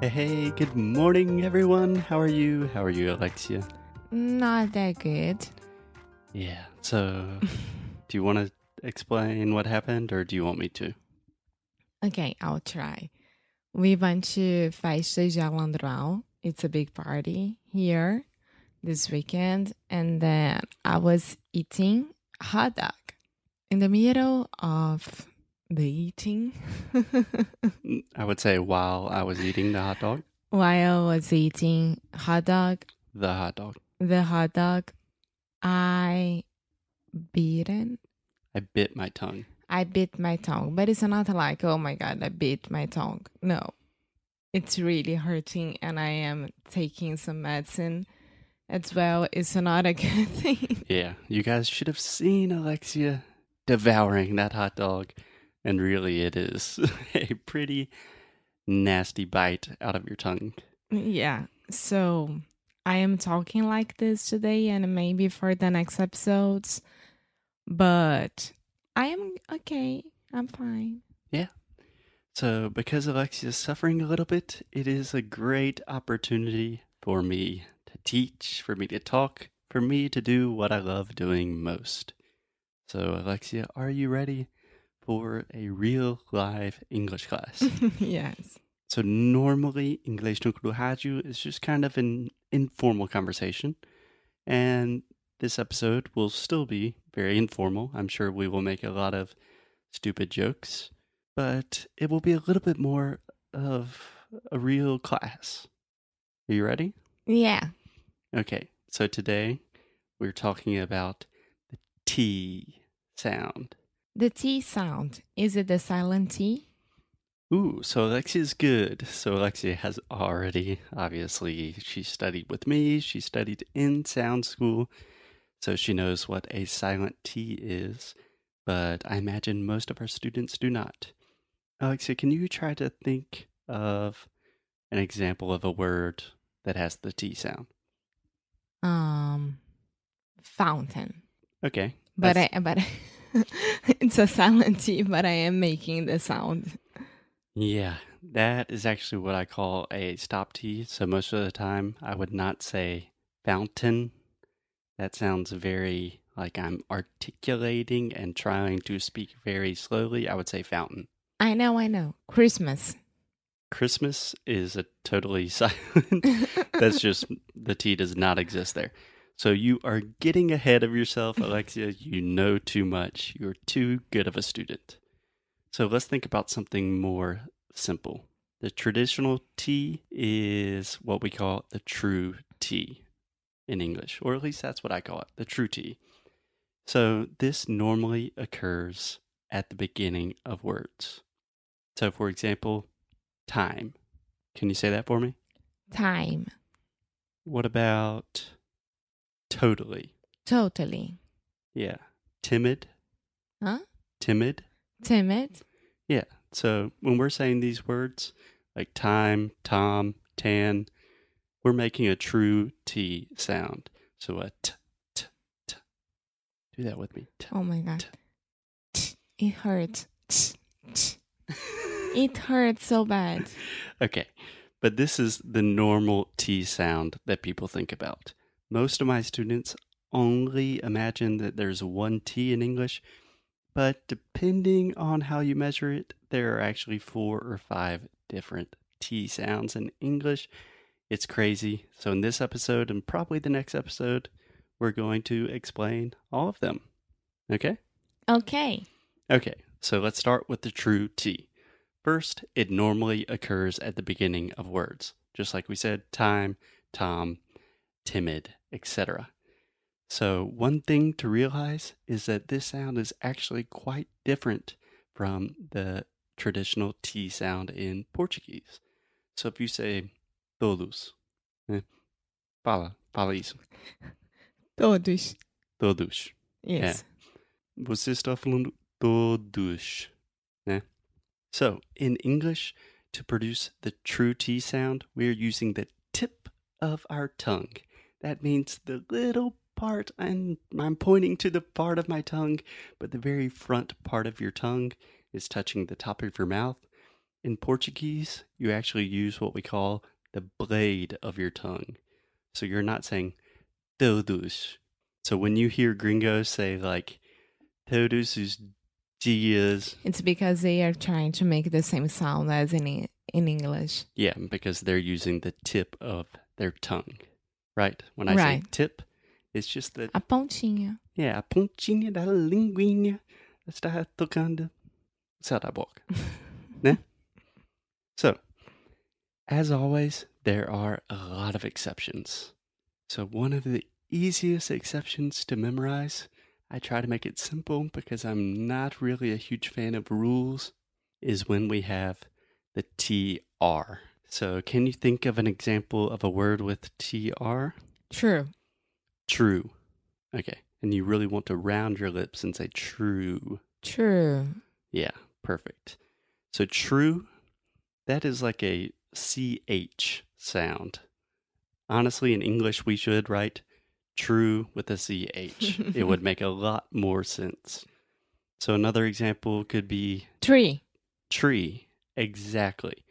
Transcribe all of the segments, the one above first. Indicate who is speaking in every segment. Speaker 1: Hey, hey, good morning, everyone. How are you? How are you, Alexia?
Speaker 2: Not that good.
Speaker 1: Yeah, so do you want to explain what happened or do you want me to?
Speaker 2: Okay, I'll try. We went to Festa de Alandrão. It's a big party here this weekend. And then I was eating hot dog in the middle of the eating.
Speaker 1: I would say while I was eating the hot dog,
Speaker 2: While I was eating hot dog,
Speaker 1: the hot dog,
Speaker 2: the hot dog, I beaten
Speaker 1: I bit my tongue.
Speaker 2: I bit my tongue, but it's not like, oh my god, I bit my tongue. No, it's really hurting, and I am taking some medicine as well. It's not a good thing.
Speaker 1: Yeah, you guys should have seen Alexia devouring that hot dog. And really, it is a pretty nasty bite out of your tongue.
Speaker 2: yeah, so I am talking like this today, and maybe for the next episodes, but I am okay. I'm fine.
Speaker 1: So, because Alexia is suffering a little bit, it is a great opportunity for me to teach, for me to talk, for me to do what I love doing most. So, Alexia, are you ready for a real live English class?
Speaker 2: yes.
Speaker 1: so, normally, English no Kuruhaju is just kind of an informal conversation. And this episode will still be very informal. I'm sure we will make a lot of stupid jokes, but it will be a little bit more of a real class. Are you ready?
Speaker 2: Yeah.
Speaker 1: Okay, so today we're talking about the T sound.
Speaker 2: The T sound is it the silent T?
Speaker 1: Ooh, so Alexia's good. So Alexia has already, obviously, she studied with me. She studied in sound school. So she knows what a silent T is. But I imagine most of our students do not. Alexia, can you try to think of an example of a word that has the T sound?
Speaker 2: Um, fountain.
Speaker 1: Okay.
Speaker 2: But
Speaker 1: that's-
Speaker 2: I, but it's a silent T, but I am making the sound.
Speaker 1: Yeah, that is actually what I call a stop T. So most of the time, I would not say fountain. That sounds very like I'm articulating and trying to speak very slowly. I would say fountain.
Speaker 2: I know, I know. Christmas.
Speaker 1: Christmas is a totally silent. That's just the T does not exist there. So you are getting ahead of yourself, Alexia. You know too much. You're too good of a student. So let's think about something more simple. The traditional T is what we call the true T in English, or at least that's what I call it the true T. So this normally occurs at the beginning of words. So, for example, time. Can you say that for me?
Speaker 2: time.
Speaker 1: What about totally?
Speaker 2: Totally.
Speaker 1: Yeah. Timid,
Speaker 2: Huh?
Speaker 1: timid.
Speaker 2: Timid.
Speaker 1: Yeah. So when we're saying these words like time, tom, tan, we're making a true T sound. So a t, t, t. Do that with me. T.
Speaker 2: Oh my god. It hurt. It hurt so bad.
Speaker 1: Okay. But this is the normal T sound that people think about. Most of my students only imagine that there's one T in English, but depending on how you measure it, there are actually four or five different T sounds in English. It's crazy. So, in this episode and probably the next episode, we're going to explain all of them. Okay?
Speaker 2: Okay.
Speaker 1: Okay, so let's start with the true T. First, it normally occurs at the beginning of words, just like we said time, tom, timid, etc. So, one thing to realize is that this sound is actually quite different from the traditional T sound in Portuguese. So, if you say todos, eh, fala, fala isso,
Speaker 2: Todos.
Speaker 1: todos.
Speaker 2: Oh, Yes.
Speaker 1: Você está falando todos, né? So, in English, to produce the true T sound, we are using the tip of our tongue. That means the little part, and I'm pointing to the part of my tongue, but the very front part of your tongue is touching the top of your mouth. In Portuguese, you actually use what we call the blade of your tongue. So you're not saying todos. So when you hear gringos say like todos os dias,
Speaker 2: It's because they are trying to make the same sound as in E- in English.
Speaker 1: yeah, because they're using the tip of their tongue, right? When I say
Speaker 2: Right.
Speaker 1: tip, it's just that
Speaker 2: A pontinha.
Speaker 1: Yeah, a pontinha da linguinha está tocando sidewalk. né? So, as always, there are a lot of exceptions. So, one of the easiest exceptions to memorize, I try to make it simple because I'm not really a huge fan of rules, is when we have the TR. So, can you think of an example of a word with TR?
Speaker 2: True.
Speaker 1: True. Okay. And you really want to round your lips and say true.
Speaker 2: True.
Speaker 1: Yeah, perfect. So true, that is like a CH sound. Honestly, in English, we should write true with a CH. it would make a lot more sense. So another example could be
Speaker 2: Three.
Speaker 1: tree. Exactly.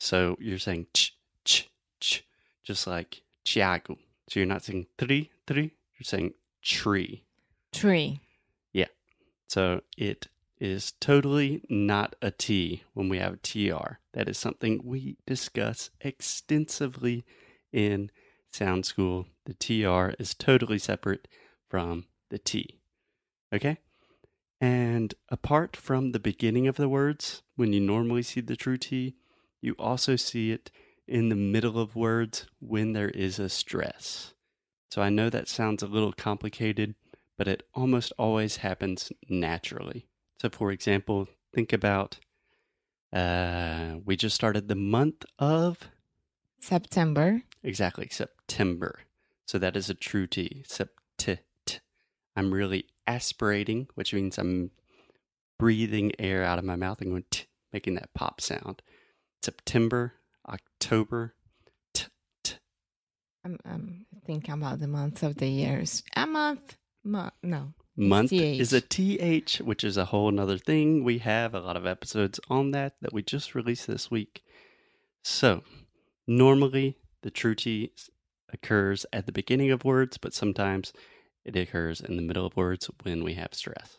Speaker 1: So you're saying ch, ch, ch, just like Thiago. So you're not saying tree, tree, you're saying tree.
Speaker 2: Three.
Speaker 1: So it is totally not a T when we have TR. That is something we discuss extensively in sound school. The TR is totally separate from the T. Okay? And apart from the beginning of the words, when you normally see the true T, you also see it in the middle of words when there is a stress. So I know that sounds a little complicated, but it almost always happens naturally. So, for example, think about uh, we just started the month of
Speaker 2: September.
Speaker 1: exactly September. So that is a true T. Sept. I'm really aspirating, which means I'm breathing air out of my mouth and going t, making that pop sound. September, October.
Speaker 2: I'm, I'm thinking about the months of the years. A month. Mo- no.
Speaker 1: month
Speaker 2: TH.
Speaker 1: is a th which is a whole nother thing we have a lot of episodes on that that we just released this week so normally the true t s- occurs at the beginning of words but sometimes it occurs in the middle of words when we have stress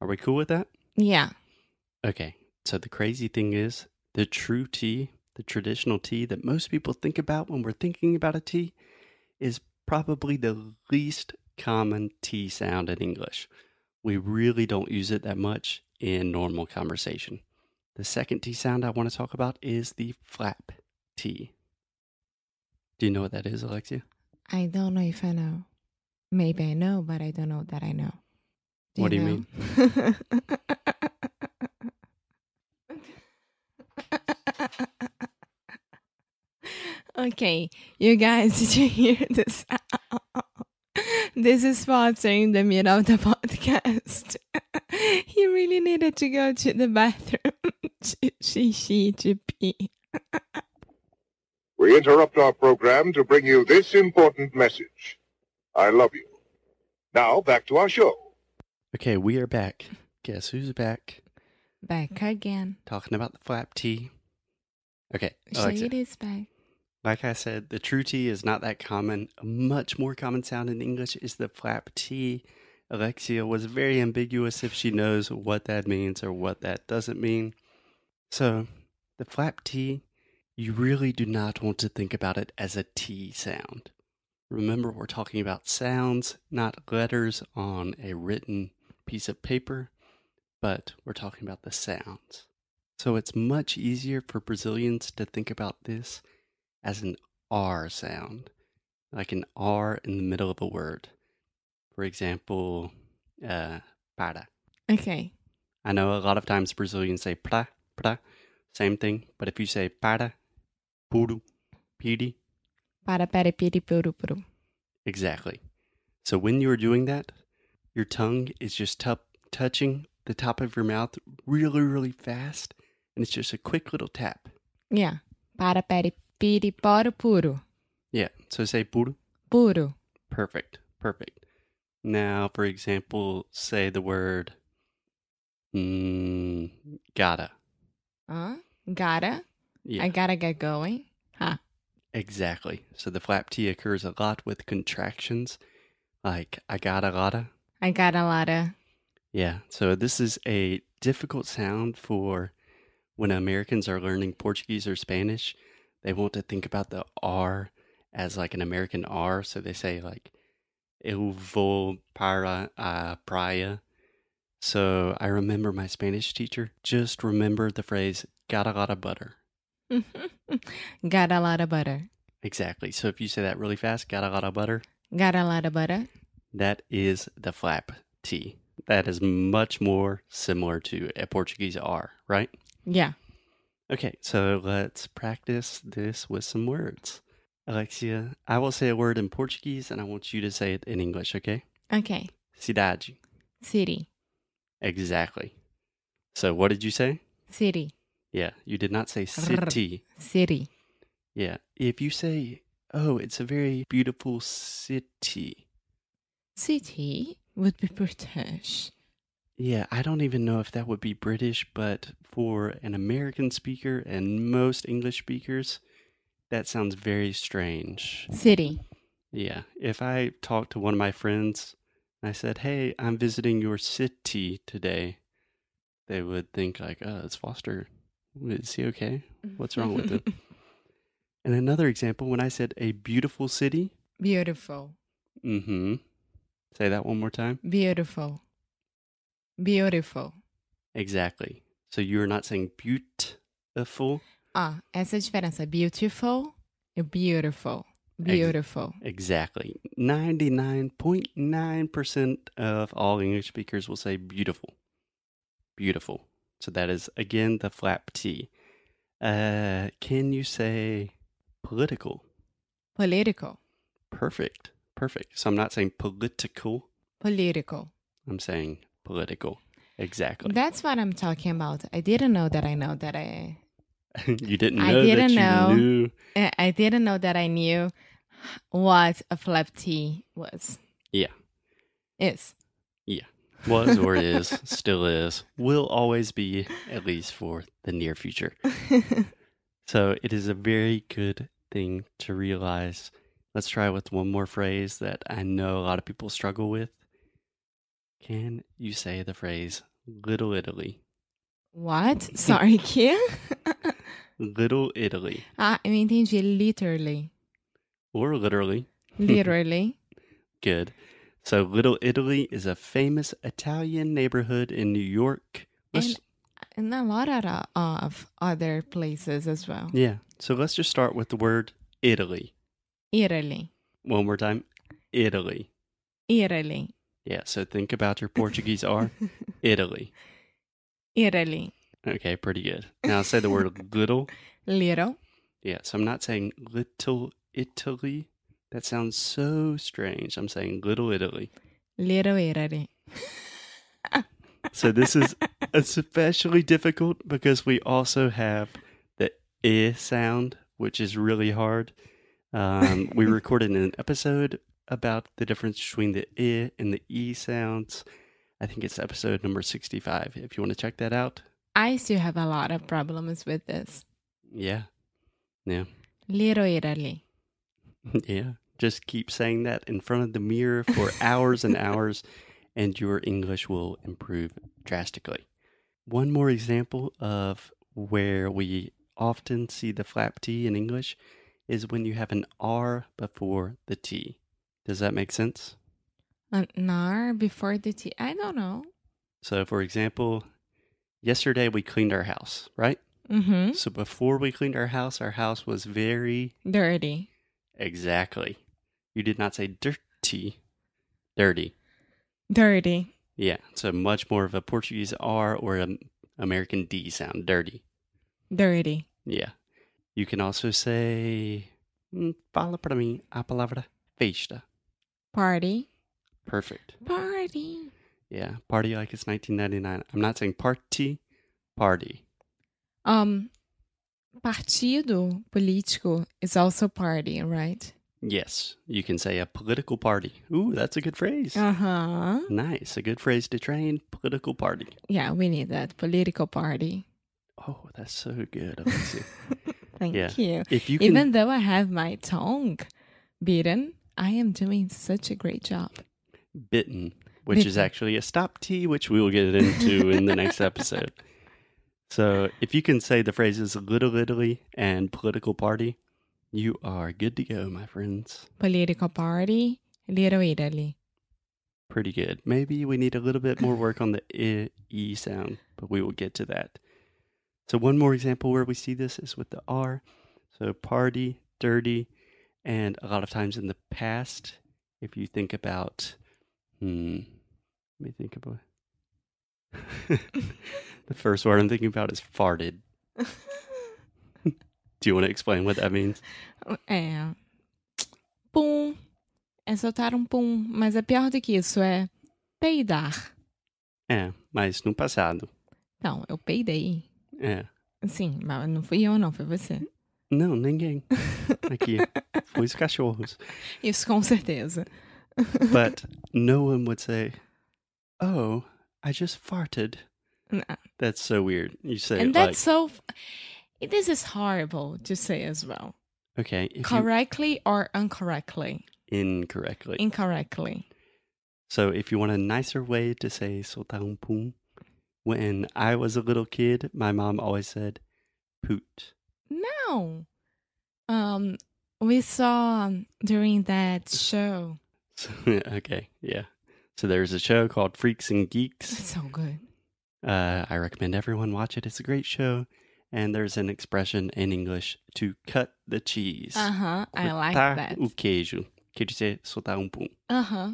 Speaker 1: are we cool with that
Speaker 2: Yeah.
Speaker 1: Okay. So the crazy thing is the true tea, the traditional tea that most people think about when we're thinking about a tea, is probably the least common T sound in English. We really don't use it that much in normal conversation. The second T sound I want to talk about is the flap T. Do you know what that is, Alexia?
Speaker 2: I don't know if I know. Maybe I know, but I don't know that I know.
Speaker 1: What do you
Speaker 2: mean? okay, you guys, did you hear this? this is Walter in the middle of the podcast. he really needed to go to the bathroom. to she, she, to pee.
Speaker 3: We interrupt our program to bring you this important message. I love you. Now, back to our show.
Speaker 1: Okay, we are back. Guess who's back?
Speaker 2: Back again.
Speaker 1: Talking about the flap T. Okay, Alexia.
Speaker 2: Shade is back.
Speaker 1: Like I said, the true T is not that common. A much more common sound in English is the flap T. Alexia was very ambiguous if she knows what that means or what that doesn't mean. So, the flap T, you really do not want to think about it as a T sound. Remember, we're talking about sounds, not letters on a written piece of paper, but we're talking about the sounds. So, it's much easier for Brazilians to think about this as an R sound, like an R in the middle of a word. For example, uh, para.
Speaker 2: Okay.
Speaker 1: I know a lot of times Brazilians say pra, pra, same thing, but if you say para, puru, piri,
Speaker 2: Para, para, piri, puru, puru.
Speaker 1: exactly. So when you are doing that, your tongue is just tup touching the top of your mouth really, really fast, and it's just a quick little tap.
Speaker 2: Yeah. Para, peri, piri, poro, puro.
Speaker 1: Yeah, so say puru,
Speaker 2: Puro.
Speaker 1: Perfect. Perfect. Now, for example, say the word mm, gotta.
Speaker 2: Huh? Gotta.
Speaker 1: Yeah,
Speaker 2: I gotta get going. Huh.
Speaker 1: exactly. So the flap T occurs a lot with contractions, like I got a lotta.
Speaker 2: I got a lot of.
Speaker 1: Yeah, so this is a difficult sound for when Americans are learning Portuguese or Spanish. They want to think about the R as like an American R, so they say like "eu vou para a praia." So I remember my Spanish teacher just remembered the phrase "got a lot of butter."
Speaker 2: got a lot of butter.
Speaker 1: Exactly. So if you say that really fast, "got a lot of butter,"
Speaker 2: Got a lot of butter.
Speaker 1: that is the flap T. That is much more similar to a Portuguese R, right?
Speaker 2: Yeah.
Speaker 1: Okay, so let's practice this with some words. Alexia, I will say a word in Portuguese and I want you to say it in English, okay?
Speaker 2: Okay.
Speaker 1: Cidade.
Speaker 2: City.
Speaker 1: Exactly. So what did you say?
Speaker 2: City.
Speaker 1: Yeah, you did not say
Speaker 2: Rrr.
Speaker 1: city.
Speaker 2: City.
Speaker 1: Yeah. If you say, oh, it's a very beautiful city.
Speaker 2: City would be British.
Speaker 1: Yeah, I don't even know if that would be British, but for an American speaker and most English speakers, that sounds very strange.
Speaker 2: City.
Speaker 1: Yeah. If I talked to one of my friends and I said, Hey, I'm visiting your city today, they would think, like, oh, it's Foster. Is he okay? What's wrong with it? And another example, when I said a beautiful city,
Speaker 2: Beautiful.
Speaker 1: mm hmm. Say that one more time.
Speaker 2: Beautiful. Beautiful.
Speaker 1: Exactly. So you're not saying beautiful.
Speaker 2: Ah, essa é a diferença. Beautiful e beautiful. Beautiful.
Speaker 1: Exactly. 99.9% of all English speakers will say beautiful. Beautiful. So that is, again, the flap T. Uh, can you say political?
Speaker 2: Political.
Speaker 1: Perfect. Perfect. So I'm not saying political,
Speaker 2: Political.
Speaker 1: I'm saying political. Exactly.
Speaker 2: That's what I'm talking about. I didn't know that I know that I
Speaker 1: you didn't
Speaker 2: I
Speaker 1: know that
Speaker 2: didn't
Speaker 1: you
Speaker 2: know.
Speaker 1: knew.
Speaker 2: I I didn't know that I knew what a flap T was.
Speaker 1: Yeah.
Speaker 2: Is.
Speaker 1: Was or is, still is, will always be, at least for the near future. So it is a very good thing to realize. Let's try with one more phrase that I know a lot of people struggle with. Can you say the phrase Little Italy?
Speaker 2: what? Sorry, que?
Speaker 1: Little Italy.
Speaker 2: ah, eu entendi. Literally.
Speaker 1: Or literally.
Speaker 2: Literally.
Speaker 1: Good. So Little Italy is a famous Italian neighborhood in New York. Let's-
Speaker 2: And a lot of, uh, of other places as well.
Speaker 1: yeah. So let's just start with the word Italy.
Speaker 2: Italy.
Speaker 1: One more time. Italy.
Speaker 2: Italy.
Speaker 1: Yeah. So think about your Portuguese R. Italy.
Speaker 2: Italy.
Speaker 1: Okay, pretty good. Now say the word little.
Speaker 2: Little.
Speaker 1: Yeah, so I'm not saying little Italy. That sounds so strange. I'm saying little Italy.
Speaker 2: Little Italy.
Speaker 1: So this is especially difficult because we also have the I sound, which is really hard. Um, we recorded an episode about the difference between the I and the E sounds. I think it's episode number 65. If you want to check that out,
Speaker 2: I still have a lot of problems with this.
Speaker 1: yeah. Yeah.
Speaker 2: Little Italy.
Speaker 1: Yeah. Just keep saying that in front of the mirror for hours and hours, and your English will improve drastically. One more example of where we often see the flap T in English is when you have an R before the T. Does that make sense?
Speaker 2: An R before the T. I don't know.
Speaker 1: So, for example, yesterday we cleaned our house, right?
Speaker 2: Mm-hmm.
Speaker 1: So, before we cleaned our house, our house was very
Speaker 2: Dirty.
Speaker 1: exactly. You did not say dirty, dirty.
Speaker 2: Dirty.
Speaker 1: Yeah, so much more of a Portuguese R or an American D sound, dirty.
Speaker 2: Dirty.
Speaker 1: Yeah. You can also say, "Hum, fala para mim a palavra festa.
Speaker 2: Party.
Speaker 1: Perfect.
Speaker 2: Party.
Speaker 1: Yeah, party like it's 1999. I'm not saying party, party.
Speaker 2: Um, partido político is also party, right?
Speaker 1: Yes, you can say a political party. Ooh, that's a good phrase.
Speaker 2: Uh huh.
Speaker 1: Nice, a good phrase to train, political party.
Speaker 2: Yeah, we need that political party.
Speaker 1: Oh, that's so good, Alexia.
Speaker 2: Thank
Speaker 1: Yeah.
Speaker 2: you.
Speaker 1: if you can,
Speaker 2: Even though I have my tongue bitten, I am doing such a great job.
Speaker 1: bitten, which is
Speaker 2: Bitten.
Speaker 1: actually a stop T, which we will get into in the next episode. So if you can say the phrases little Italy and political party, you are good to go, my friends.
Speaker 2: Political party, Little Italy.
Speaker 1: Pretty good. Maybe we need a little bit more work on the I, E sound, but we will get to that. So one more example where we see this is with the R. So party, dirty, and a lot of times in the past, if you think about, hmm, let me think about the first word I'm thinking about is farted. Do you want to explain what that means?
Speaker 2: É. Pum. É soltar um pum. Mas é pior do que isso, é peidar.
Speaker 1: É, Eh, mas no passado.
Speaker 2: Então, eu peidei.
Speaker 1: É.
Speaker 2: Sim, mas não fui eu, não, foi você.
Speaker 1: Não, ninguém. Aqui. Foi os cachorros.
Speaker 2: Isso com certeza.
Speaker 1: but no one would say, "Oh, I just farted."
Speaker 2: Nah.
Speaker 1: That's so weird. You say
Speaker 2: And
Speaker 1: it
Speaker 2: that's so. This is horrible to say as well.
Speaker 1: like, "Okay, if you-
Speaker 2: Correctly or incorrectly?
Speaker 1: incorrectly."
Speaker 2: Incorrectly.
Speaker 1: so, if you want a nicer way to say "soltar un pum," when I was a little kid, my mom always said "poot."
Speaker 2: No. Um, we saw during that show.
Speaker 1: So, okay, yeah. So there's a show called Freaks and Geeks.
Speaker 2: So good.
Speaker 1: Uh, I recommend everyone watch it. It's a great show. And there's an expression in English to cut the cheese.
Speaker 2: Uh huh. I like
Speaker 1: cortar
Speaker 2: that.
Speaker 1: o queijo. Quer dizer, soltar um pum.
Speaker 2: Uh huh.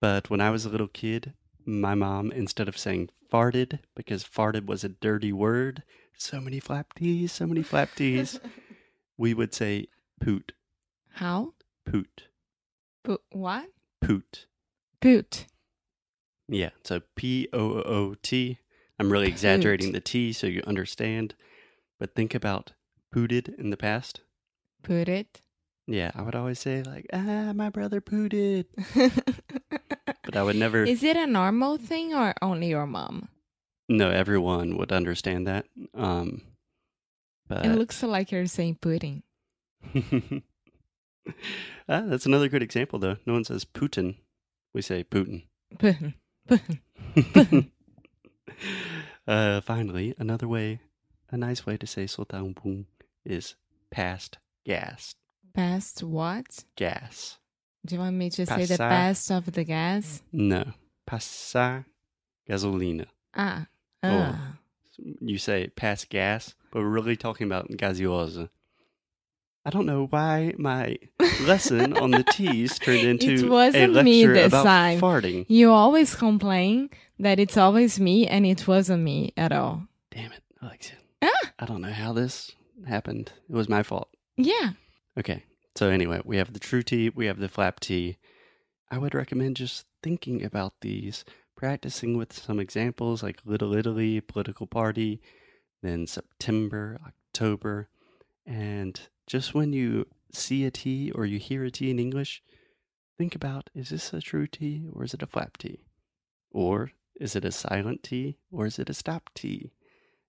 Speaker 1: But when I was a little kid, my mom, instead of saying farted, because farted was a dirty word, so many flapties, so many flapties, we would say poot,
Speaker 2: How?
Speaker 1: poot,
Speaker 2: Put what?
Speaker 1: poot.
Speaker 2: Boot.
Speaker 1: Yeah, so P O O T. I'm really
Speaker 2: Poot.
Speaker 1: exaggerating the T so you understand. But think about pooted in the past.
Speaker 2: Put it.
Speaker 1: Yeah, I would always say, like, ah, my brother pooted. But I would never.
Speaker 2: is it a normal thing or only your mom?
Speaker 1: No, everyone would understand that. Um, but
Speaker 2: it looks like you're saying pudding.
Speaker 1: ah, that's another good example, though. No one says Putin; we say Putin.
Speaker 2: Pudding. Pudding.
Speaker 1: uh, finally, another way, a nice way to say "soltar boom" is past gas.
Speaker 2: Past what?
Speaker 1: Gas.
Speaker 2: Do you want me to say the
Speaker 1: Passar.
Speaker 2: best of the gas?
Speaker 1: No, passar gasolina.
Speaker 2: Ah.
Speaker 1: Oh.
Speaker 2: ah.
Speaker 1: You say pass gas, but we're really talking about gaseosa. I don't know why my lesson on the teas turned into a
Speaker 2: wasn't
Speaker 1: lecture
Speaker 2: me this
Speaker 1: about
Speaker 2: time.
Speaker 1: farting.
Speaker 2: You always complain that it's always me and it wasn't me at all.
Speaker 1: Damn it, Alexia.
Speaker 2: Ah.
Speaker 1: I don't know how this happened. It was my fault.
Speaker 2: Yeah.
Speaker 1: Okay. So anyway, we have the true tea, we have the flap tea. I would recommend just thinking about these, practicing with some examples like Little Italy, political party, then September, October, and just when you see a tea or you hear a tea in English, think about is this a true tea or is it a flap tea? Or is it a silent tea or is it a stop tea?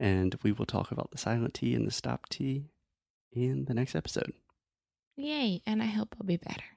Speaker 1: And we will talk about the silent tea and the stop tea in the next episode.
Speaker 2: Yay. And I hope I'll be better.